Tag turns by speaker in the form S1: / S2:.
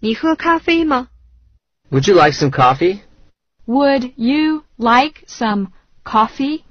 S1: 你喝咖啡吗
S2: Would you like some coffee?
S3: Would you like some coffee?